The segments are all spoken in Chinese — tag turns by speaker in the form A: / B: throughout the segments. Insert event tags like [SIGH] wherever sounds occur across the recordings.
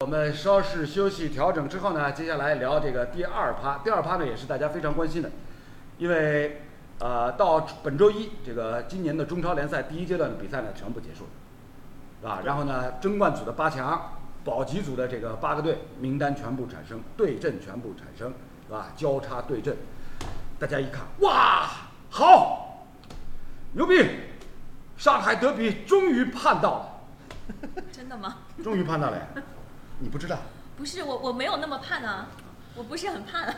A: 我们稍事休息调整之后呢，接下来聊这个第二趴。第二趴呢，也是大家非常关心的，因为呃，到本周一，这个今年的中超联赛第一阶段的比赛呢，全部结束了，是吧？然后呢，争冠组的八强，保级组的这个八个队名单全部产生，对阵全部产生，是吧？交叉对阵，大家一看，哇，好，牛逼！上海德比终于盼到了。
B: 真的吗？
A: 终于盼到了呀， [LAUGHS] 你不知道，
B: 不是我，我没有那么盼啊，我不是很盼、啊。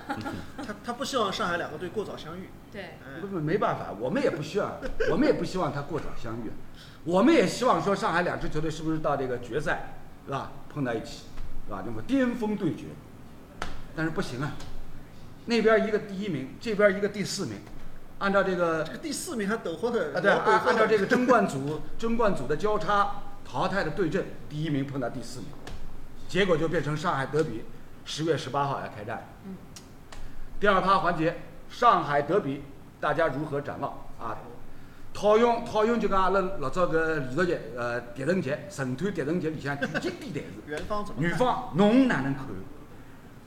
C: 他他不希望上海两个队过早相遇。
B: 对，
C: 哎
A: 不，不没办法，我们也不需要，我们也不希望他过早相遇，我们也希望说上海两支球队是不是到这个决赛，是吧？碰在一起，是吧？那么巅峰对决，但是不行啊，那边一个第一名，这边一个第四名，按照这个
C: 这个第四名还等会儿
A: 啊，对，
C: 老等
A: 按
C: 会儿
A: 按照这个争冠组争冠组的交叉淘汰的对阵，第一名碰到第四名，结果就变成上海德比，十月十八号要开战。
B: 嗯。
A: 第二趴环节，上海德比，大家如何展望啊？套用套用就讲阿拉老早搿里头节呃狄仁杰神探狄仁杰里向举经典台词。
C: 元芳怎么
A: 女
C: 办？
A: 方侬哪能看？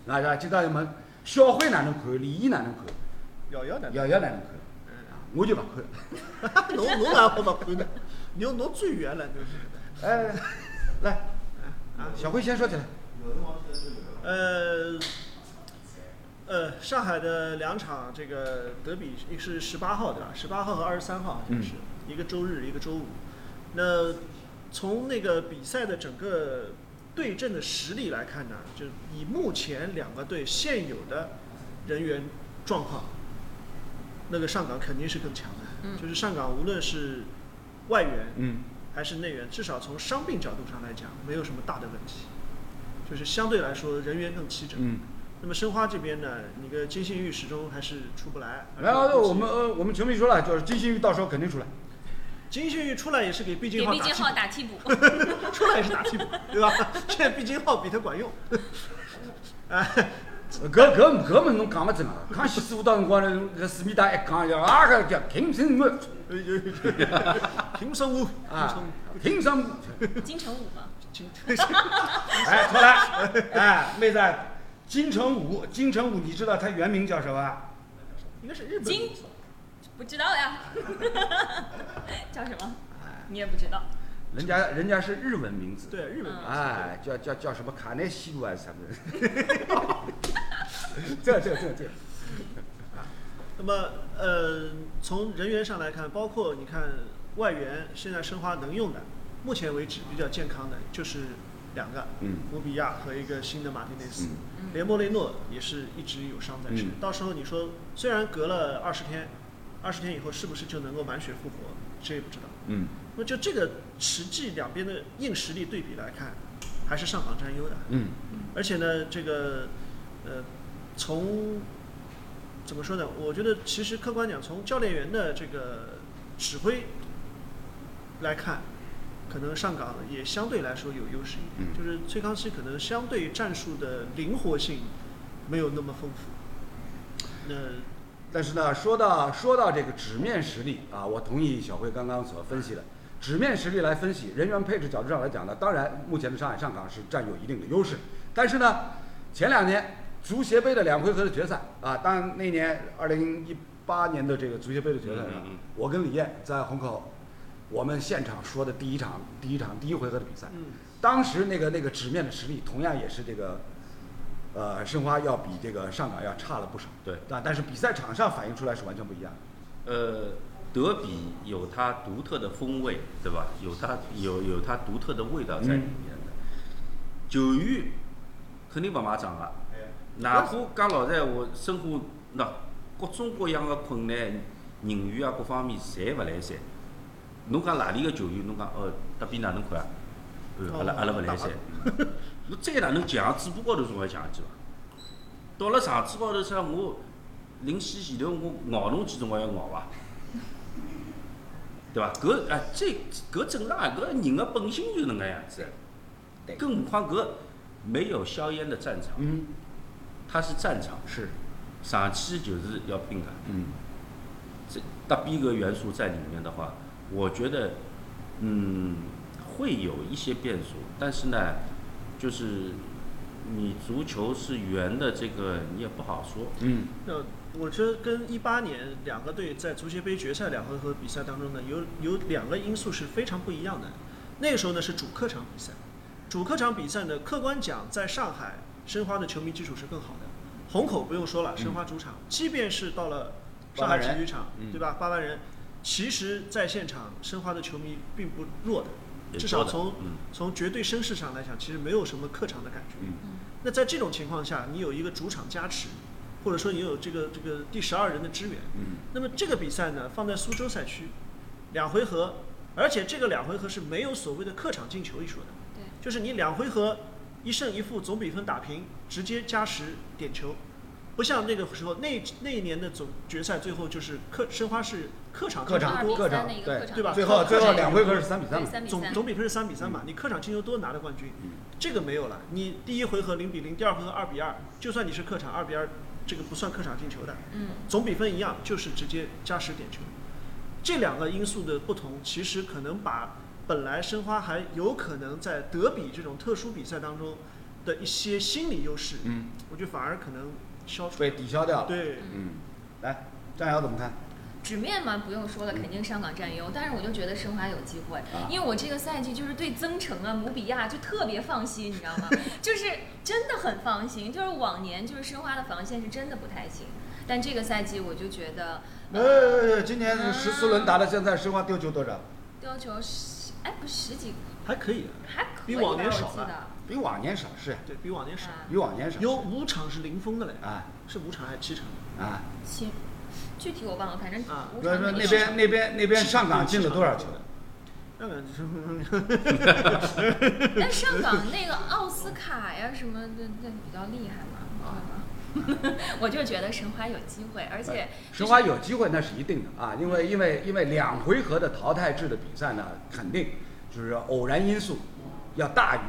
A: 啊，是吧？今朝要问小辉哪能看？李毅哪能看？
C: 瑶瑶呢？
A: 瑶
C: [LAUGHS]
A: 瑶哪能看？
C: 嗯
A: 啊我就勿看。
C: 侬侬哪会勿看呢？侬侬最远了，侬是。
A: 哎，来，啊小辉先说起来。
C: 呃，呃，上海的两场这个德比，一个是十八号对吧？十八号和二十三号好像是、一个周日，一个周五。那从那个比赛的整个对阵的实力来看呢，就以目前两个队现有的人员状况，那个上港肯定是更强的。
B: 嗯
C: 就是上港无论是外援，
A: 嗯
C: 还是内援，至少从伤病角度上来讲，没有什么大的问题，就是相对来说人员更齐整。
A: 嗯。
C: 那么申花这边呢，你的金信玉始终还是出不来。
A: 然后
C: 而且
A: 我们呃，我们球迷说了，就是金星玉到时候肯定出来。
C: 金信玉出来也是给毕
B: 给
C: 竟浩
B: 毕
C: 打
B: 竟
C: 替
B: 浩
C: 补，
B: 打替补， [LAUGHS]
C: 出来也是打替补，对吧？ [LAUGHS] 现在毕竟浩比他管
A: [LAUGHS]
C: 用。哎，
A: 呃搿搿搿么侬讲勿准啊！康熙师傅到辰光呢，搿思密达一讲，要啊搿叫听什么
C: 凭什么？
A: 啊？听什么？
B: 金城武嘛，
C: 凭什么？
A: 哎，错了，哎，妹子，金城武，金城武，你知道他原名叫什么啊？
C: 应该是日本
B: 金不知道呀， [LAUGHS] 叫什么？你也不知道。
A: 人家人家是日文名字，
C: 对日
B: 嗯
C: 本名字
A: 哎，叫叫叫什么卡内西鲁还是什么的？ [LAUGHS] 这这这这，
C: 那么，呃，从人员上来看，包括你看外援，现在申花能用的，目前为止比较健康的就是两个，
A: 嗯
C: 姆比亚和一个新的马丁内斯
A: 嗯，
C: 连莫雷诺也是一直有伤在身。
A: 嗯
C: 到时候你说，虽然隔了二十天，二十天以后是不是就能够满血复活，谁也不知道。
A: 嗯
C: 那么就这个实际两边的硬实力对比来看，还是上港占优的。
A: 嗯
C: 而且呢，这个呃，从怎么说呢？我觉得其实客观讲，从教练员的这个指挥来看，可能上港也相对来说有优势一点。
A: 嗯
C: 就是崔康熙可能相对战术的灵活性没有那么丰富。那
A: 但是呢，说到说到这个纸面实力啊，我同意小辉刚刚所分析的，纸面实力来分析人员配置角度上来讲呢，当然目前的上海上港是占有一定的优势，但是呢，前两年足协杯的两回合的决赛啊，当然那年二零一八年的这个足协杯的决赛上，
D: 嗯嗯嗯
A: 我跟李艳在虹口，我们现场说的第一场第一场第一回合的比赛，
C: 嗯
A: 当时那个那个纸面的实力同样也是这个。呃，申花要比这个上港要差了不少，
D: 对
A: 啊但但是比赛场上反映出来是完全不一样的。
D: 呃，德比有它独特的风味，对吧？有它有有它独特的味道在里面的。九鱼肯定勿买账个，哪怕讲老实闲话，生活喏各种各样的困难、人员啊各方面，侪勿来三。侬讲哪里个球员？侬讲哦，德比哪能看啊？呃，阿拉阿拉勿来三。 [LAUGHS] 侬再哪能强，嘴巴高头总要强一记伐？到了场子高头上，我临死前头我咬侬几总归要咬伐？ [LAUGHS] 对伐？搿哎，这搿正常啊，搿人的本性就能介样子。
A: 对
D: 更何况搿没有硝烟的战场，
A: 嗯，
D: 它是战场，
A: 是，
D: 上去就是要拼的。
A: 嗯
D: 这大逼格元素在里面的话，我觉得，嗯，会有一些变数，但是呢，就是你足球是圆的，这个你也不好说。
A: 嗯
C: 那我觉得跟一八年两个队在足协杯决赛两回合比赛当中呢，有有两个因素是非常不一样的。那个时候呢是主客场比赛，主客场比赛呢，客观讲，在上海申花的球迷基础是更好的。虹口不用说了，申花主
D: 嗯
C: 场，即便是到了上海体育场
A: 嗯，
C: 对吧？八万人，其实在现场申花的球迷并不弱的，
D: 也
C: 至
D: 多
C: 少
D: 的
C: 从
D: 嗯
C: 从绝对声势上来讲，其实没有什么客场的感觉。
A: 嗯
C: 那在这种情况下，你有一个主场加持，或者说你有这个这个第十二人的支援，
A: 嗯
C: 那么这个比赛呢放在苏州赛区，两回合，而且这个两回合是没有所谓的客场进球一说的，
B: 对，
C: 就是你两回合一胜一负总比分打平，直接加时点球，不像那个时候那那一年的总决赛最后就是客申花是客场进
A: 客
C: 球
A: 场
B: 二比
A: 客
B: 三
A: 场
B: 的一
A: 对
B: 个客场，
C: 对吧
A: 最后最后两回合是三比三
B: 对
A: 嘛。
B: 三比
C: 总
B: 三，
C: 总比分是三比三嘛，你客场进球多拿的冠军，
A: 嗯
C: 这个没有了。你第一回合零比零，第二回合二比二，就算你是客场二比二，这个不算客场进球的，
B: 嗯，
C: 总比分一样，就是直接加时点球。这两个因素的不同，其实可能把本来申花还有可能在德比这种特殊比赛当中的一些心理优势，
A: 嗯，
C: 我觉得反而可能消除。
A: 被抵消掉了。，
C: 对，
A: 嗯，来，张瑶怎么看？
B: 纸面嘛，不用说
C: 嗯
B: 了，肯定上港占优。但是我就觉得申花有机会
A: 啊，
B: 因为我这个赛季就是对增城啊、姆比亚就特别放心，你知道吗？ [LAUGHS] 就是真的很放心。就是往年就是申花的防线是真的不太行，但这个赛季我就觉得，
C: 哎
B: 呃，
A: 呃，今年十四轮打到现在，申花丢球多少？
B: 丢球十，哎，不是十几个，
C: 还可以，
B: 还可以
C: 比
B: 吧，
C: 往
B: 我
C: 年少
B: 记得。
C: 了
A: 比往年少是，
C: 对比往年少，
B: 啊
A: 比往年少。
C: 有五场是零封的嘞，
A: 啊
C: 是五场还是七场？
A: 啊，
B: 其具体我忘了，反正
C: 啊
B: 五
A: 说
B: 场
A: 说
B: 比
A: 那
B: 赛
A: 边那边那边上港进了多少球？
C: 那个
B: 但上港那个奥斯卡呀什么的，那比较厉害嘛，对吧？ [LAUGHS] 我就觉得申花有机会，而且
A: 申花有机会那是一定的啊，因为因为因为两回合的淘汰制的比赛呢，肯定就是偶然因素要大于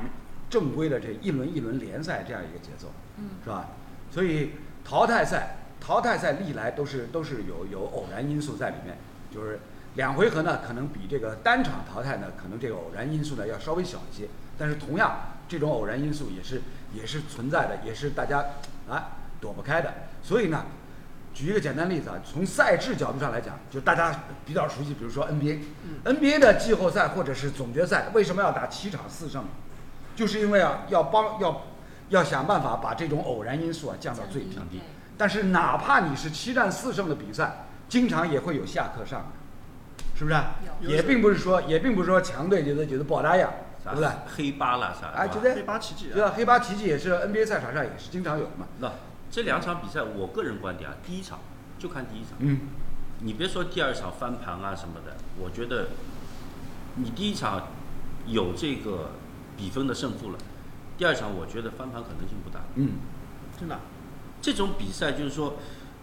A: 正规的这一轮一轮联赛这样一个节奏，
B: 嗯，
A: 是吧？所以淘汰赛淘汰赛历来都是都是有有偶然因素在里面，就是两回合呢可能比这个单场淘汰呢可能这个偶然因素呢要稍微小一些，但是同样这种偶然因素也是也是存在的，也是大家啊躲不开的，所以呢。举一个简单例子啊，从赛制角度上来讲，就大家比较熟悉，比如说 NBA，NBA、NBA 的季后赛或者是总决赛，为什么要打七场四胜？就是因为啊，要帮要要想办法把这种偶然因素啊降到最低
B: 降低对。
A: 但是哪怕你是七战四胜的比赛，经常也会有下课上的，是不是？
C: 有
A: 也并不是说也并不是说强队觉得觉得不好打呀，对
D: 啥
A: 不对？
D: 黑八啦啥？
A: 啊，
D: 对吧
A: 就在
C: 黑八奇迹啊
A: 对吧？黑八奇迹也是 NBA 赛场上也是经常有的嘛。
D: 那这两场比赛，我个人观点啊，第一场就看第一场，
A: 嗯
D: 你别说第二场翻盘啊什么的，我觉得你第一场有这个比分的胜负了，第二场我觉得翻盘可能性不大。
A: 嗯
C: 真的啊，
D: 这种比赛就是说，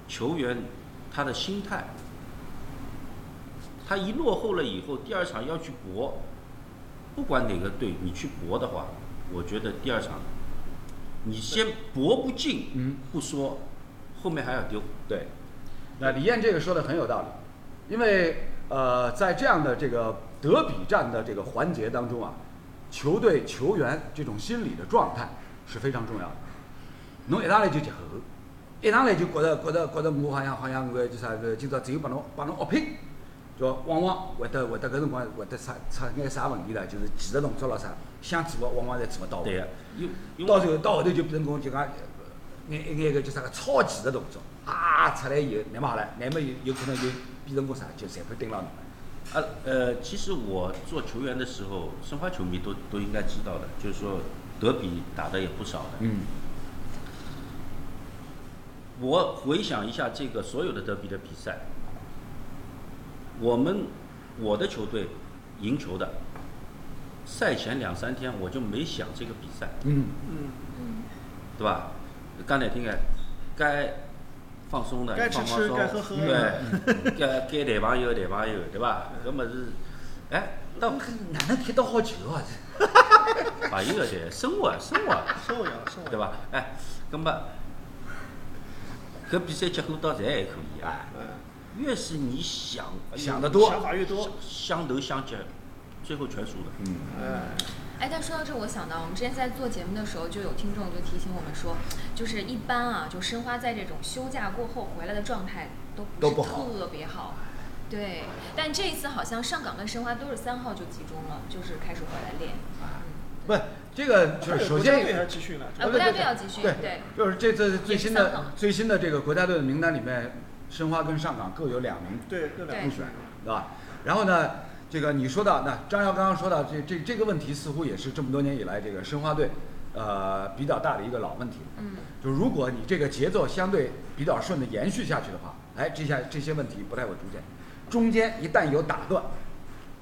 D: 球员他的心态，他一落后了以后，第二场要去搏，不管哪个队你去搏的话，我觉得第二场你先搏不进
A: 嗯，
D: 不说，后面还要丢。
A: 对，那李艳这个说的很有道理，因为呃，在这样的这个德比战的这个环节当中啊，球队球员这种心理的状态是非常重要的。侬一上来就结合，一上来就觉得觉得觉得我好像好像我就啥个，今朝只有帮侬帮侬恶拼，就往往会得会得搿辰光会得出出眼啥问题呢？就是技术动作咯啥，想做的往往侪做勿到位。
D: 对呀、因因
A: 到
D: 为
A: 最后到后头就变成讲就讲，呃眼眼个叫啥个超级的动作啊出来以后，那么好了，那么有有可能就变成讲啥，就裁判盯牢侬。
D: 啊呃，其实我做球员的时候，申花球迷都都应该知道的，就是说德比打的也不少的。
A: 嗯
D: 我回想一下这个所有的德比的比赛，我们我的球队赢球的，赛前两三天我就没想这个比赛，
A: 嗯
C: 嗯，
B: 嗯，
D: 对吧？刚才听哎，该放松的
C: 该吃
D: 放放
C: 吃
D: 松，
C: 该喝喝
D: 对， [LAUGHS] 该该谈朋友谈朋友，对吧？搿么是，哎，到
A: 搿哪能踢到好球啊？
D: 朋友谈生活生活。
C: 受不了，受不
D: 对
C: 了。
D: 伐？哎，葛末搿比赛结果倒侪还可以啊。
C: 嗯，
D: 越是你想哎呦
A: 想得多
C: 想法越多，
D: 相头相结，最后全输了。
A: 嗯，
C: 哎，
B: 哎，但说到这，我想到我们之前在做节目的时候，就有听众就提醒我们说，就是一般啊，就申花在这种休假过后回来的状态都
A: 都不
B: 不是
A: 好
B: 特别好。对，但这一次好像上港跟申花都是三号就集中了，就是开始回来练。
A: 不，这个就是
C: 哎
A: 首先
C: 对还是集训了，
B: 啊，国家队要集训，
A: 对
B: 对，
A: 就是这次最新
B: 也是三
A: 的
B: 号
A: 最新的这个国家队的名单里面，申花跟上港各有两名
C: 对，
A: 入
C: 各两个
B: 对
A: 选，对吧？然后呢，这个你说到那张瑶刚刚说到这这这个问题，似乎也是这么多年以来这个申花队呃比较大的一个老问题。
B: 嗯，
A: 就如果你这个节奏相对比较顺的延续下去的话，哎，这下这些问题不太会出现。中间一旦有打断，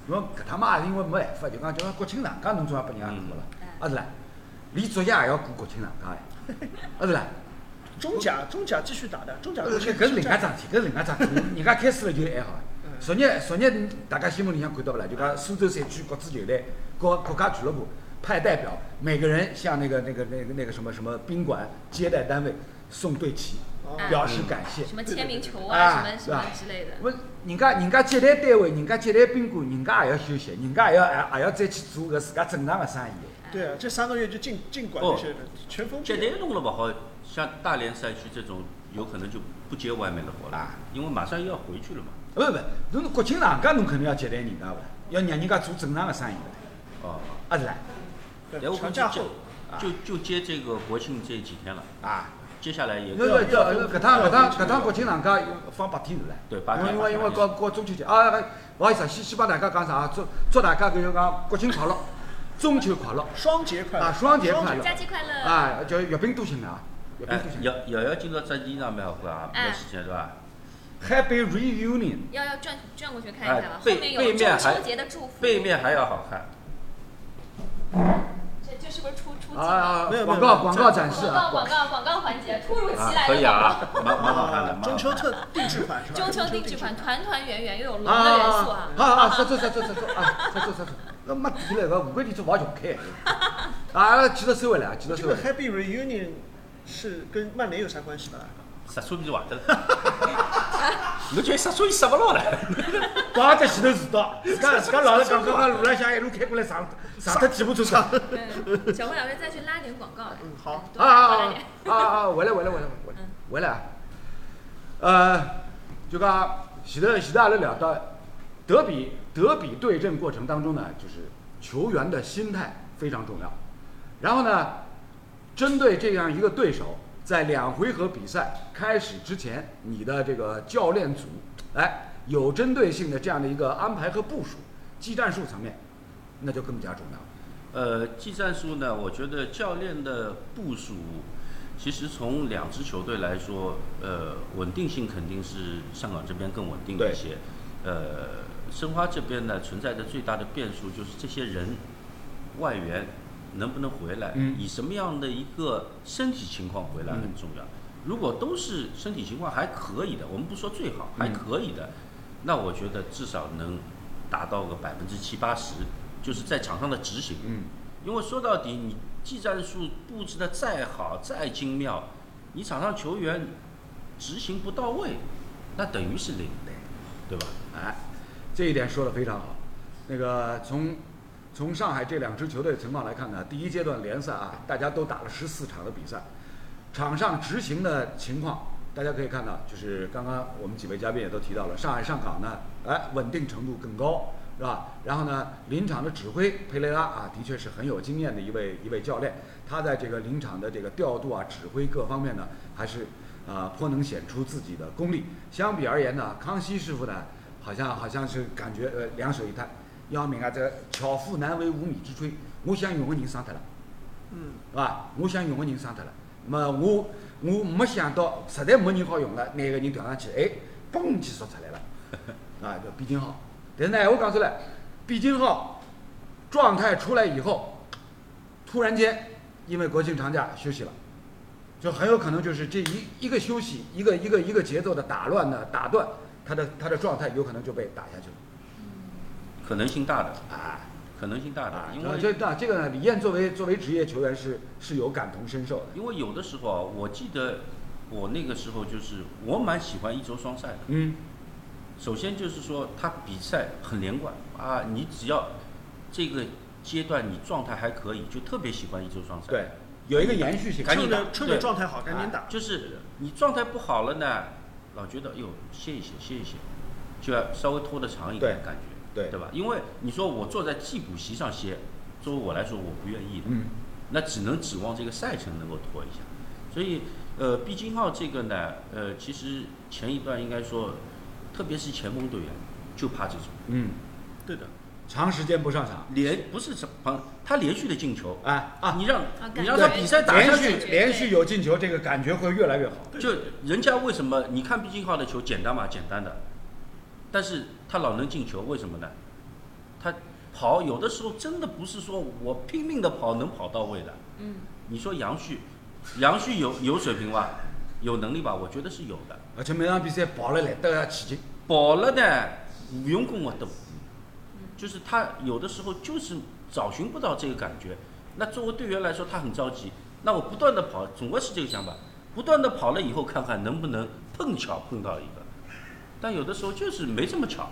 A: 侬搿他妈因为没办法，就讲就讲国庆长假侬总要拨人家过了，
B: 哎嗯
A: 啊是啦，连昨夜也要过国庆长假哎，啊是啦，
C: 中甲中甲继续打的，中甲
A: 搿
C: 过去
A: 搿是另啊外桩事体，搿是另外桩事体，人家开始了就还好。啊昨日昨日大家新闻里向看到不啦？就讲苏州赛区各支球队、国国家俱乐部派代表，每个人向那个那个那个那个什么什么宾馆接待单位送对旗，
C: 哦
A: 表示感谢。
B: 什么签名球
A: 啊
B: 啊，什么
A: 是
B: 什
A: 吧
B: 么之类的。
A: 不，人家人家接待单位，人家接待宾馆，人家也要休息，人家也要也也要再去做搿自家正常的生意。
C: 对啊，这三个月就尽尽管这些人全封
D: 接
C: 闭，
D: 待弄了不好，像大连赛区这种，有可能就不接外面的活了
A: 啊，
D: 因为马上又要回去了嘛。
A: 不不，侬国庆长假侬肯定要接待人家伐？要让人家做正常的生意的，
D: 哦，
A: 啊是啦，
C: 对
D: 然后啊
C: 长假后
D: 就就接这个国庆这几天了，
A: 啊。
D: 接下来也
A: 那个叫搿趟搿趟搿趟国庆长假放八天是唻？
D: 对八天哎
A: 因为因为搞搞中秋节啊，勿好意思，先先帮大家讲啥，祝祝大家就是讲国庆快乐，中秋快乐
C: 双节快乐
A: 啊，双节快乐
B: 假期快乐！
A: 啊，叫月饼多请啊，月饼
D: 哎
A: 多，请。
D: 瑶瑶瑶今朝扎衣裳蛮好看啊，
B: 哎
D: 没时间是吧？
A: Happy reunion，
B: 要要转转过去看一
D: 哎
B: 下吧，，后面
D: 背
B: 有
D: 背
B: 中
D: 面
B: 秋
D: 还
B: 节的祝福。
D: 背面还要好看，
B: 这这是不是出出镜
A: 啊
B: 了？
A: 啊
C: 没，有
A: 广
C: 没有
A: 告
C: 没有
A: 广告展示
B: 广
A: 啊
B: 告，广告广告环节，突如其
D: 啊，
B: 来
D: 可以
B: 的广告。
D: [LAUGHS] 啊，蛮蛮好看的，蛮好看的
C: 中秋特定制款是吧？
B: 中秋定制款，团团圆圆又有龙
A: 啊
B: 的元素
A: 啊
B: 啊！
A: 啊啊，说错说错说错啊，说错说错，那没底了，搿五块钱做勿好穷开。啊，记得收回来啊，记得
C: 这
A: 收回 [LAUGHS]
C: 个
A: 来。
C: Happy Reunion 是跟曼联有啥关系吧？
D: 杀车皮坏 [LAUGHS] 掉了，侬觉得杀车皮杀不牢了？
A: 挂在前头迟到，自家自家老是讲 [LAUGHS] 讲讲，路浪向一路开过来上上脱吉普车上。
B: 嗯，小辉老师再去拉点广告来。
C: 嗯好
B: 多
A: 啊
B: 拉多
A: 啊
B: 拉点。
A: 啊啊啊！回来回来回来回来回来啊！呃，就讲前头前头阿拉聊到德比德比对阵过程当中呢，就是球员的心态非常重要。然后呢，针对这样一个对手，在两回合比赛开始之前，你的这个教练组，哎，有针对性的这样的一个安排和部署，技战术层面，那就更加重要了。
D: 呃，技战术呢，我觉得教练的部署，其实从两支球队来说，呃，稳定性肯定是上港这边更稳定
A: 对
D: 一些。呃，申花这边呢，存在着最大的变数就是这些人外援能不能回来，
A: 嗯
D: 以什么样的一个身体情况回来
A: 嗯
D: 很重要。如果都是身体情况还可以的，我们不说最好，还
A: 嗯
D: 可以的，那我觉得至少能达到个百分之七八十，就是在场上的执行。
A: 嗯，
D: 因为说到底，你技战术布置的再好、再精妙，你场上球员执行不到位，那等于是零的，对吧？
A: 哎，这一点说的非常好。那个从从上海这两支球队的情况来看呢，第一阶段联赛啊，大家都打了十四场的比赛，场上执行的情况，大家可以看到，就是刚刚我们几位嘉宾也都提到了，上海上港呢，哎，稳定程度更高，是吧？然后呢，临场的指挥佩雷拉啊，的确是很有经验的一位一位教练，他在这个临场的这个调度啊、指挥各方面呢，还是啊、颇能显出自己的功力。相比而言呢，康熙师傅呢，好像好像是感觉呃两手一摊，要命啊！这巧妇难为无米之炊，我想用个人生脱了。
C: 嗯，
A: 是伐？我想用个人生脱了，那么我我没想到，实在没人好用了，拿个人调上去，哎，嘣就说出
D: [LAUGHS]
A: 来了，啊，叫毕金浩。但是呢，我讲出来，毕金浩状态出来以后，突然间因为国庆长假休息了，就很有可能就是这一一个休息，一个一个一个节奏的打乱呢，打断他的他的状态，有可能就被打下去了
D: 可能性大的，
A: 啊。
D: 可能性大的
A: 啊，，
D: 因
A: 这
D: 为
A: 那这个呢，李艳作为作为职业球员是是有感同身受的，
D: 因为有的时候啊，我记得我那个时候就是我蛮喜欢一周双赛的。
A: 嗯。
D: 首先就是说，他比赛很连贯啊，你只要这个阶段你状态还可以，就特别喜欢一周双赛。
A: 对，有一个延续性。
D: 赶紧
C: 趁
D: 打
C: 着趁着
D: 对
C: 状态好赶紧
D: 啊
C: 打。
D: 就是你状态不好了呢，老觉得哟歇一歇歇一歇，就要稍微拖得长一点
A: 对
D: 感觉，
A: 对
D: 对吧？因为你说我坐在替补席上歇，作为我来说我不愿意的，
A: 嗯，
D: 那只能指望这个赛程能够拖一下。所以，呃，毕竟浩这个呢，呃，其实前一段应该说，特别是前锋队员，就怕这种
A: 嗯，
C: 对的，
A: 长时间不上场，
D: 连不是什么，他连续的进球，
A: 哎啊，
D: 你让
B: 啊
D: 你
B: 感
D: 让
B: 觉
D: 他比赛打
A: 连
D: 下去，
A: 续连续有进球，这个感觉会越来越好。
D: 就人家为什么？你看毕竟浩的球简单嘛，简单的，但是他老能进球，为什么呢？他跑有的时候真的不是说我拼命的跑能跑到位的。
B: 嗯，
D: 你说杨旭，杨旭有有水平吧？有能力吧？我觉得是有的。
A: 而且每场比赛跑了来都要起劲，
D: 跑了呢，无用功我都，就是他有的时候就是找寻不到这个感觉。那作为队员来说，他很着急，那我不断的跑，总归是这个想法，不断的跑了以后，看看能不能碰巧碰到一个。但有的时候就是没这么巧，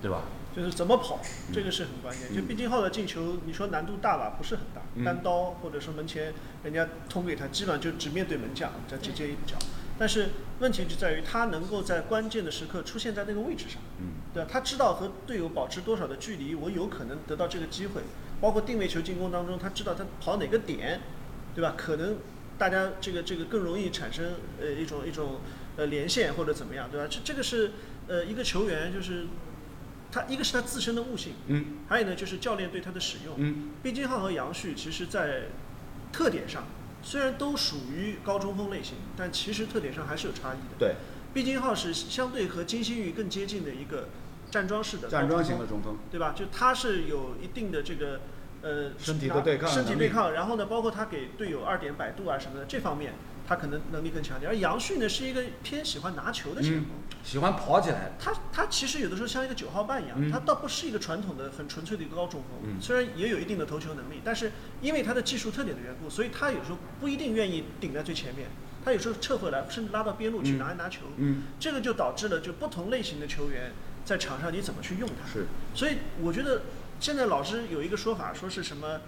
D: 对吧？
C: 就是怎么跑，这个是很关键。
D: 嗯
C: 就毕竟浩的进球，你说难度大吧，不是很大，
A: 嗯
C: 单刀或者说门前，人家通给他，基本上就只面对门将，再直接一脚。但是问题就在于他能够在关键的时刻出现在那个位置上，
D: 嗯，
C: 对吧？他知道和队友保持多少的距离，我有可能得到这个机会。包括定位球进攻当中，他知道他跑哪个点，对吧？可能大家这个这个更容易产生呃一种一种呃连线或者怎么样，对吧？这这个是呃一个球员就是他一个是他自身的悟性，
A: 嗯
C: 还有呢就是教练对他的使用。
A: 嗯
C: 毕竟浩和杨旭其实在特点上虽然都属于高中锋类型，但其实特点上还是有差异的。
A: 对，
C: 毕竟浩是相对和金星宇更接近的一个站桩式的
A: 站桩型
C: 高
A: 的
C: 中
A: 中锋，
C: 锋，对吧？就他是有一定的这个呃
A: 身体
C: 拿
A: 的对抗
C: 身体
A: 能力
C: 对抗，然后呢，包括他给队友二点摆渡啊什么的，这方面他可能能力更强一点。而杨旭呢是一个偏喜欢拿球的前锋。
A: 嗯，喜欢跑起来，
C: 他他其实有的时候像一个九号半一样，
A: 嗯
C: 他倒不是一个传统的很纯粹的一个高中锋，
A: 嗯
C: 虽然也有一定的投球能力，但是因为他的技术特点的缘故，所以他有时候不一定愿意顶在最前面，他有时候撤回来，甚至拉到边路去
A: 嗯
C: 拿一拿球，
A: 嗯，
C: 这个就导致了就不同类型的球员在场上你怎么去用他。
A: 是，
C: 所以我觉得现在老师有一个说法，说是什么？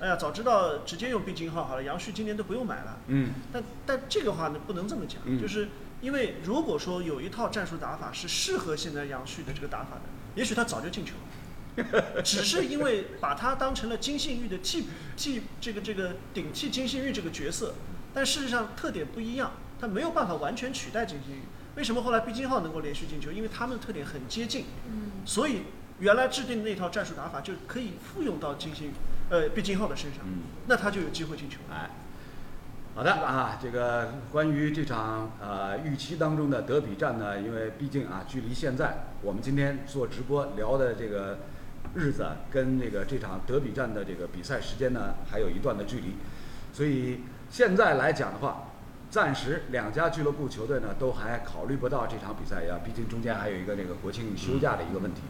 C: 哎呀，早知道直接用毕竟号好了，杨旭今年都不用买了。
A: 嗯
C: 但但这个话呢，不能这么讲，
A: 嗯
C: 就是因为如果说有一套战术打法是适合现在杨旭的这个打法的，也许他早就进球了，只是因为把他当成了金信玉的替替这个这个顶替金信玉这个角色，但事实上特点不一样，他没有办法完全取代金信玉。为什么后来毕竟浩能够连续进球？因为他们的特点很接近，
B: 嗯，
C: 所以原来制定的那套战术打法就可以复用到金信玉呃毕竟浩的身上，
A: 嗯。
C: 那他就有机会进球了。
A: 哎，好的啊，这个关于这场呃预期当中的德比战呢，因为毕竟啊，距离现在我们今天做直播聊的这个日子啊跟这个这场德比战的这个比赛时间呢，还有一段的距离，所以现在来讲的话。暂时两家俱乐部球队呢都还考虑不到这场比赛呀，毕竟中间还有一个这个国庆休假的一个问题，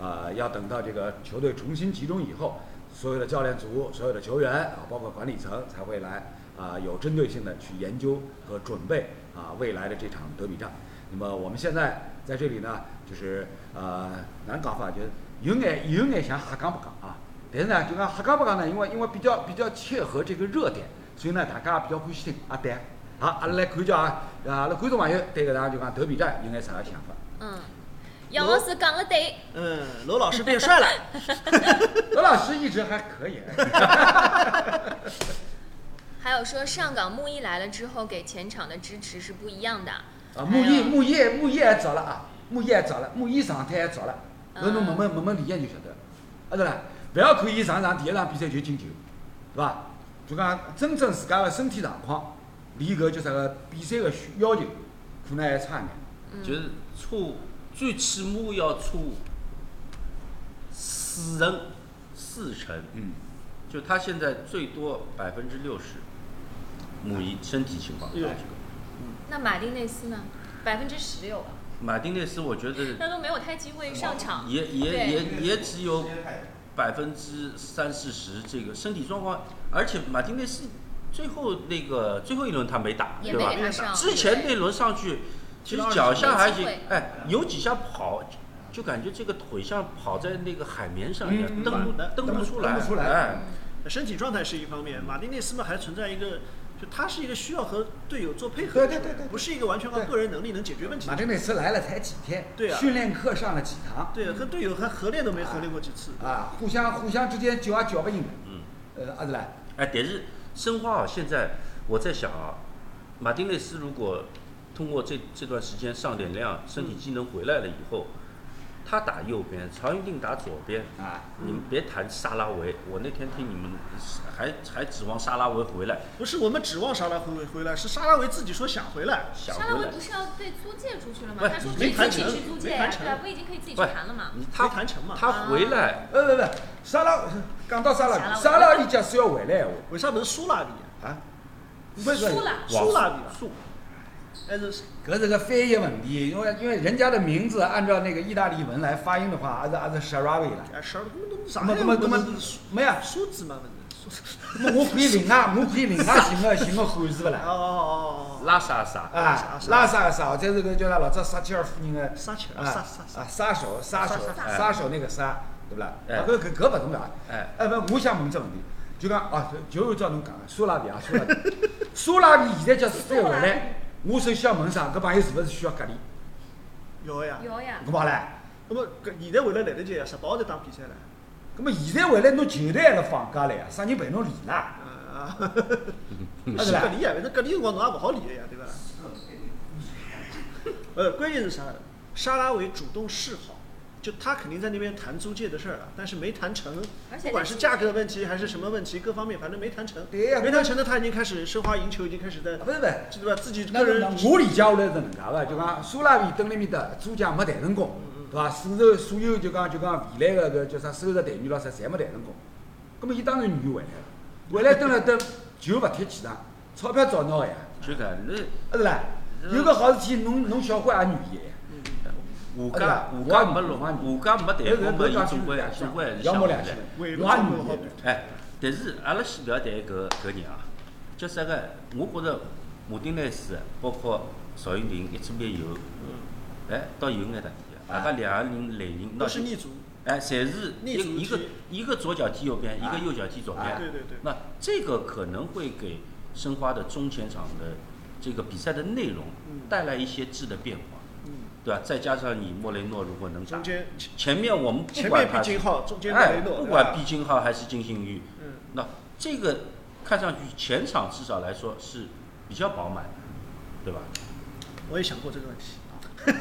A: 呃，要等到这个球队重新集中以后，所有的教练组、所有的球员啊，包括管理层才会来啊、有针对性的去研究和准备啊、未来的这场德比战。那么我们现在在这里呢，就是呃，难讲法，就是有眼有眼想瞎讲不讲啊，但是呢，就讲瞎讲不讲呢，因为因为比较比较切合这个热点，所以呢，大家也比较欢喜听啊对。好，阿拉来看一下啊，啊阿拉观众朋友对搿场就讲德比战有眼啥想法？
B: 嗯，杨老师讲的对，
C: 嗯，娄老师变帅了。
A: 罗老师一直还可以。
B: 还有说上港木易来了之后给前场的支持是不一样的。
A: 啊，木易
B: 还有
A: 木易木易也早了啊，木易也早了，木易状态也早了，搿侬慢慢慢慢理解就晓得了，啊对啦，勿要看伊上场第一场比赛就进球，对伐？就讲真正自家个身体状况，离搿叫啥个比赛个需要求，可能还差眼。
D: 就是出最起码要出四成四成，
A: 嗯，
D: 就他现在最多百分之六十，母仪身体情况。
C: 哎呦
B: 那马丁内斯呢？百分之十有吧？
D: 马丁内斯，我觉得
B: [LAUGHS] 那都没有太机会上场。
D: 也也
B: 对
D: 也也只有百分之三四十这个身体状况，而且马丁内斯最后那个最后一轮他没打，
B: 也
D: 对吧
B: 没给他上。
D: 之前那轮上去，其实
C: 没
D: 脚下还
B: 机
D: 行
B: 会，
D: 哎，有几下跑就感觉这个腿像跑在那个海绵上一样，
A: 嗯
D: 蹬不
C: 嗯
D: 蹬
A: 蹬不
D: 不出
A: 蹬
D: 来，
A: 不出来
D: 哎，
C: 身体状态是一方面，马丁内斯嘛还存在一个，就他是一个需要和队友做配合的球
A: 对对
C: 员，
A: 对对对
C: 不是一个完全靠
A: 对
C: 个人能力能解决问题
A: 马
C: 的。
A: 丁内斯来了才几天，
C: 对啊
A: 训练课上了几堂，
C: 对，和队友还合练都没合练过几次。
A: 啊，互相互相之间搅啊搅不赢的。
D: 嗯，
A: 呃，阿德莱，
D: 哎，但是申花啊，现在我在想啊，马丁内斯如果通过这这段时间上点量，身体机能回来了以后，他打右边，曹云定打左边。
A: 啊，
D: 你们别谈沙拉维，我那天听你们还还指望沙拉维回来，
C: 不是我们指望沙拉回回来，是沙拉维自己说想回来。
D: 想
B: 沙拉
D: 回
B: 维
D: 来
B: 不。是要被租借出去了吗？
D: 喂
B: 他说
D: 你
B: 可以
C: 没谈
B: 自己
C: 成
B: 去租借
C: 没
B: 呀、
C: 谈成
B: 对啊，不已经可以自己去
D: 喂
B: 谈了嘛？
D: 你他
C: 没谈成嘛
D: 他回来，
A: 呃，不不，沙拉，讲到沙拉，
B: 沙
A: 沙
B: 拉
A: 拉里讲是要回来的
C: 为啥不是苏拉比？
A: 话啊，
C: 不是
B: 苏拉
C: 苏拉比吧？啊
D: 苏
C: 还是
A: 搿是个翻译问题，因为因为人家的名字按照那个意大利文来发音的话，还是还是 Sharawi 了。
C: 哎，十二个东啥
A: 那
C: 呀
A: 么？那么那么
C: 苏
A: 没呀，
C: 苏子嘛，不是苏。
A: 那我可以另外我可以另外寻啊个寻个汉字勿 [LAUGHS]
C: 哦
A: 啦？
C: 哦哦哦
D: 拉萨萨，
A: 啊，拉萨萨，或者是个叫他老早撒切尔夫人的
C: 撒切
A: 啊
C: 尔撒撒撒
A: 啊杀手杀手
B: 撒
D: 撒
A: 杀手那个杀，对不啦？
D: 哎
A: 啊，搿搿搿勿重要啊。
D: 哎
A: 哎不，我想问只问题，就讲啊，就就按照侬讲的，苏拉比啊，苏拉 [LAUGHS] 比，苏拉比现在叫世界回
B: 苏拉比
A: 来，我首先要问啥？搿朋友是勿是需要隔离？
C: 有呀。
B: 有呀，
A: 搿好唻？
C: 那么搿现在回来来得及呀，十八号再打比赛了。
A: 葛么现在回来侬球队还辣放假唻呀，啥人陪侬练啦？
C: [LAUGHS] 啊，
A: 啊
C: 是
A: 是
C: 隔
A: 伐？
C: 离呀，反正隔离辰光侬也勿好理的呀，
A: [LAUGHS]
C: 对伐？呃，关键是啥？沙拉维主动示好，就他肯定在那边谈租借的事儿了，但是没谈成
B: 而，且
C: 不管是价格问题还是什么问题，各方面反正没谈成。
A: 对呀
C: 没谈成的他已经开始申花赢球，已经开始在
A: 啊，，不是不是。
C: 对吧？自己
A: 那
C: 个
A: 是
C: 人
A: 那我理解下来是搿能介个，就讲苏拉比蹲辣面搭租借没谈成功，对伐？所有所有就讲就讲未来个搿叫啥收入待遇咯啥，侪没谈成功。葛么伊当然愿意回来了，回来蹲了蹲，球勿踢几场，钞票照拿个呀，
D: 就感觉
A: 啊是啦。有个好事体，侬侬小辉也愿意个
D: 五
A: 对
D: 家
A: 吧
D: 五
A: 我
D: 家
A: 也没
D: 没弄
A: 我也，没
D: 五家没
A: 呀。
D: 谈
A: 搿
D: 过嘛，伊
A: 搿
D: 总归
A: 讲
D: 总归还是
A: 要
D: 想
A: 么
D: 回
A: 两
D: 来
A: 千。，我也愿
C: 为
A: 意
C: 了
A: 回
C: 好
A: 来
C: 比
D: 哎，但是阿拉先不要谈搿搿人啊，叫啥个？我觉着马丁内斯包括邵云霆一左一右，哎，倒有眼问题
A: 啊
D: 啊。大家两个人类型，
C: 都
D: 那
C: 嗯是逆足，
D: 哎，侪是
C: 逆足
D: 一一个
C: 踢
D: 一个左脚踢右边，一
A: 啊
D: 个右脚踢左
A: 啊
D: 边。
C: 对对对
D: 那这个可能会给申花的中前场的这个比赛的内容
C: 嗯
D: 带来一些质的变化，
C: 嗯，
D: 对吧？再加上你莫雷诺如果能打
C: 中，间
D: 前面我们不
C: 前
D: 管
C: 面
D: 他
C: 毕
D: 是
C: 金浩，中间
D: 哎，
C: 雷诺，
D: 不
C: 对
D: 管
C: 吧
D: 毕金浩还是金星宇，
C: 嗯
D: 那这个看上去前场至少来说是比较饱满的，对吧？
C: 我也想过这个问题，我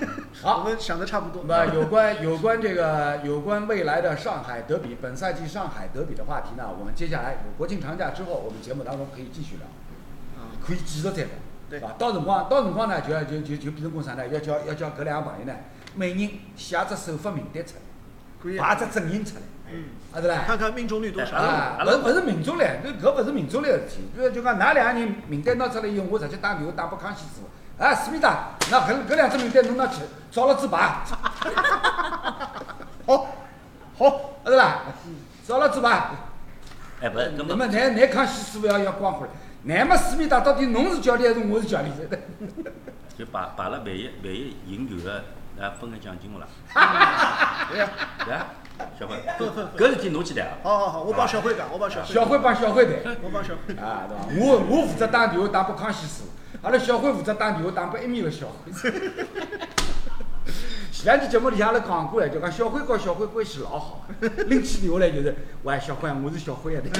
A: 好，
C: 们想的差不多。
A: 那么有关有关这个有关未来的上海德比，本赛季上海德比的话题呢，我们接下来有国庆长假之后，我们节目当中可以继续聊，
C: 啊，
A: 可以继续再聊，
C: 对
A: 吧？到辰光到辰光呢，就要就就就变成共啥呢？要叫要叫搿两个朋友呢，每人写只首发名单出
C: 可以
A: 来，排只阵型出来，
C: 嗯，
A: 啊对
C: [LAUGHS]
A: 啦
C: 看。看命中率多
D: 哎
C: 少。
A: 啊，
D: 阿拉
A: 勿是勿是民族嘞，搿搿勿是民族类个事体。就是就讲，㑚两个人名单拿出来以后，我直接打电话打拨康熙师傅。啊，思密达，那搿搿两只名单侬拿去找了支牌。 [LAUGHS] 好，好，是啦，找了支牌。
D: 哎，不是，
A: 那
D: 那
A: 么，
D: 么
A: 㑚㑚康熙师傅要要光辉，乃么思密达到底侬是教练还是我是教练？ [LAUGHS]
D: 就把把了万一万一赢球了，啊，分个奖金 [LAUGHS] 了，
C: 对呀，
D: 对啊，小辉，搿搿事体侬去谈啊。
C: 好好好，我帮小慧讲，我帮小慧，
A: 小辉，帮小辉谈。
C: 我帮小慧。
A: 啊，对伐？我我负责打电话打拨康熙师傅，阿拉小辉负责打电话打拨埃面个小辉。 [LAUGHS] 前两期节目里向阿拉讲过了，就讲小辉和小辉关系老好，拎起电话来就是喂小辉啊，我是小辉啊。 [LAUGHS]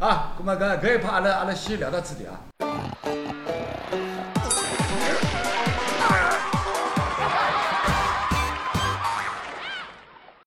A: 啊，咁么搿搿一趴阿拉阿拉先聊到此地啊。